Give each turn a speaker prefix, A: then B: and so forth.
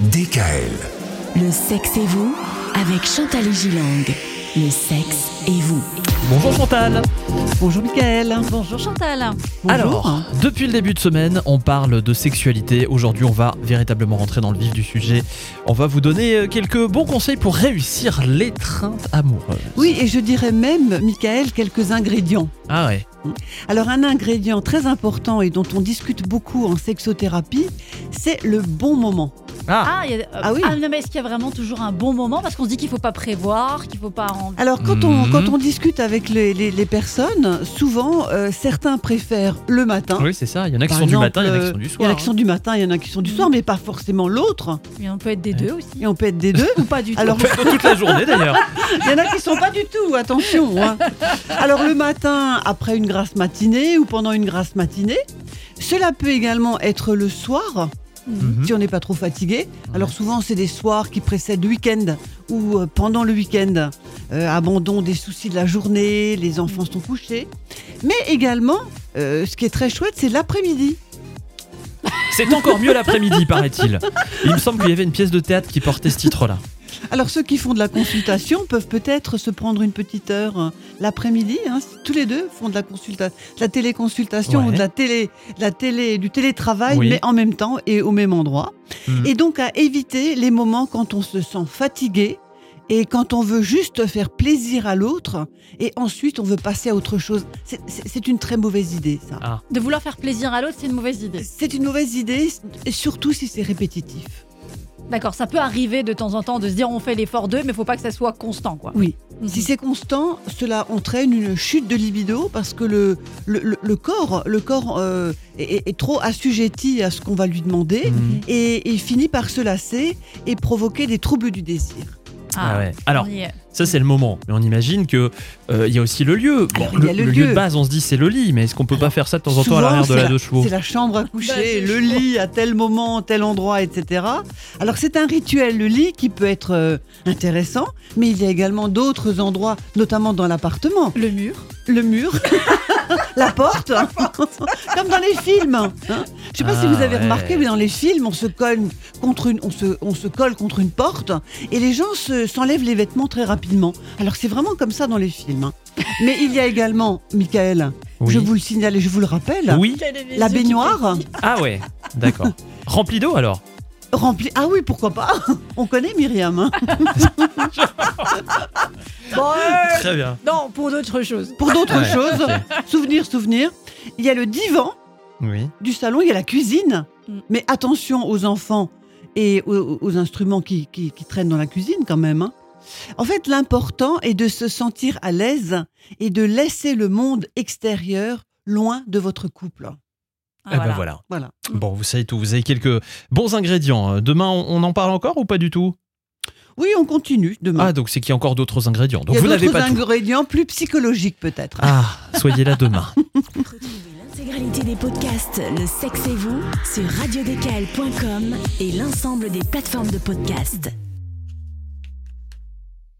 A: DKL.
B: Le sexe et vous avec Chantal et Gilang. Le sexe et vous.
C: Bonjour Chantal
D: Bonjour Mickaël.
E: Bonjour Chantal.
C: Alors, depuis le début de semaine, on parle de sexualité. Aujourd'hui, on va véritablement rentrer dans le vif du sujet. On va vous donner euh, quelques bons conseils pour réussir l'étreinte amoureuse.
D: Oui, et je dirais même, Michael, quelques ingrédients.
C: Ah ouais.
D: Alors un ingrédient très important et dont on discute beaucoup en sexothérapie, c'est le bon moment.
C: Ah,
E: Ah, il y a-
D: Ah oui.
E: non, mais est-ce qu'il y a vraiment toujours un bon moment Parce qu'on se dit qu'il faut pas prévoir, qu'il faut pas. en-
D: Alors quand on,
C: Mhm.
D: quand on discute avec les, les- les personnes, souvent euh, certains préfèrent le matin.
C: oui, c'est ça. Il y en a qui
D: Ah. Par
C: sont du
D: exemple,
C: matin, il y en a qui
D: euh,
C: sont du
D: Il y en
C: soir.
D: a qui sont du matin, il y en a qui sont du soir, mais pas forcément l'autre.
E: Mais on peut être des deux aussi.
D: Et on peut être des deux.
E: Ou pas du tout.
D: Alors
C: hein. Toute la journée d'ailleurs.
D: Il y en a qui sont pas du tout, attention. hein. Alors le matin, après une grasse matinée ou pendant une grasse matinée, cela peut également être le soir,
C: Mhm.
D: si on n'est pas trop fatigué. Alors souvent, c'est des soirs qui précèdent le week-end ou euh, pendant le week-end. Euh, abandon des soucis de la journée, les enfants sont couchés. Mais également, euh, ce qui est très chouette, c'est l'après-midi.
C: C'est encore mieux l'après-midi, paraît-il. Il me semble qu'il y avait une pièce de théâtre qui portait ce titre-là.
D: Alors ceux qui font de la consultation peuvent peut-être se prendre une petite heure euh, l'après-midi. hein. Tous les deux font de la consultation, de la téléconsultation ou
C: Ouais.
D: de la télé, de la télé, du télétravail,
C: Oui.
D: mais en même temps et au même endroit.
C: Mhm.
D: Et donc à éviter les moments quand on se sent fatigué et quand on veut juste faire plaisir à l'autre et ensuite on veut passer à autre chose. C'est- C'est c'est une très mauvaise idée ça.
E: De vouloir faire plaisir à l'autre, c'est une mauvaise idée.
D: C'est une mauvaise idée, surtout si c'est répétitif.
E: D'accord, ça peut arriver de temps en temps de se dire on fait l'effort d'eux, mais faut pas que ça soit constant, quoi.
D: Oui.
E: Mhm.
D: Si c'est constant, cela entraîne une chute de libido parce que le, le, le- le corps, le corps euh, est, est- est trop assujetti à ce qu'on va lui demander
C: Mhm.
D: et, et finit par se lasser et provoquer des troubles du désir.
C: Ah ouais. Alors,
E: on y est.
C: Ça, c'est le moment. Mais on imagine que euh, il y a aussi le lieu. Bon,
D: Alors, il
C: le,
D: y a le
C: lieu de
D: lieu.
C: base, on se dit c'est le lit, mais est-ce qu'on peut pas faire ça de temps en temps à
D: Souvent,
C: l'arrière de
D: c'est
C: la
D: la-
C: deux chevaux
D: C'est la chambre à coucher,
E: Bah,
D: le
E: c'est
D: lit à tel moment, tel endroit, etc. Alors c'est un rituel, le lit, qui peut être euh, intéressant, mais il y a également d'autres endroits, notamment dans l'appartement.
E: Le mur.
D: le mur, la porte, comme dans les films. hein. Je sais pas si
C: Ah,
D: vous avez
C: ouais.
D: remarqué, mais dans les films, on se colle contre une, on se, on se colle contre une porte et les gens se- s'enlèvent les vêtements très rapidement. Alors c'est vraiment comme ça dans les films. hein. Mais il y a également, Michael,
C: Oui.
D: je vous le signale et je vous le rappelle,
C: Oui.
D: la baignoire
C: Ah ouais. D'accord. Rempli d'eau alors.
D: remplie. Ah oui, pourquoi pas On connaît Myriam. hein.
E: Bon, euh,
C: Très bien.
E: non, pour d'autres choses.
D: Pour d'autres
C: Ouais,
D: choses, souvenir, souvenir. Il y a le divan.
C: Oui.
D: du salon, il y a la cuisine.
E: Mm.
D: Mais attention aux enfants et aux, aux instruments qui, qui- qui traînent dans la cuisine quand même. hein. En fait, l'important est de se sentir à l'aise et de laisser le monde extérieur loin de votre couple.
E: Ah,
C: Eh ben
E: voilà.
C: voilà.
D: Voilà.
C: Bon, vous savez tout. Vous avez quelques bons ingrédients. Euh, Demain, on, on en parle encore ou pas du tout
D: Oui, on continue demain.
C: Ah, donc c'est qu'il y a encore d'autres ingrédients.
D: il
C: Donc
D: y a
C: vous n'avez
D: d'autres
C: pas tout.
D: ingrédients plus psychologiques peut-être.
C: Ah, soyez là demain.
B: Retrouvez l'intégralité des podcasts Le sexe et vous sur radiodécal.com et l'ensemble des plateformes de podcasts.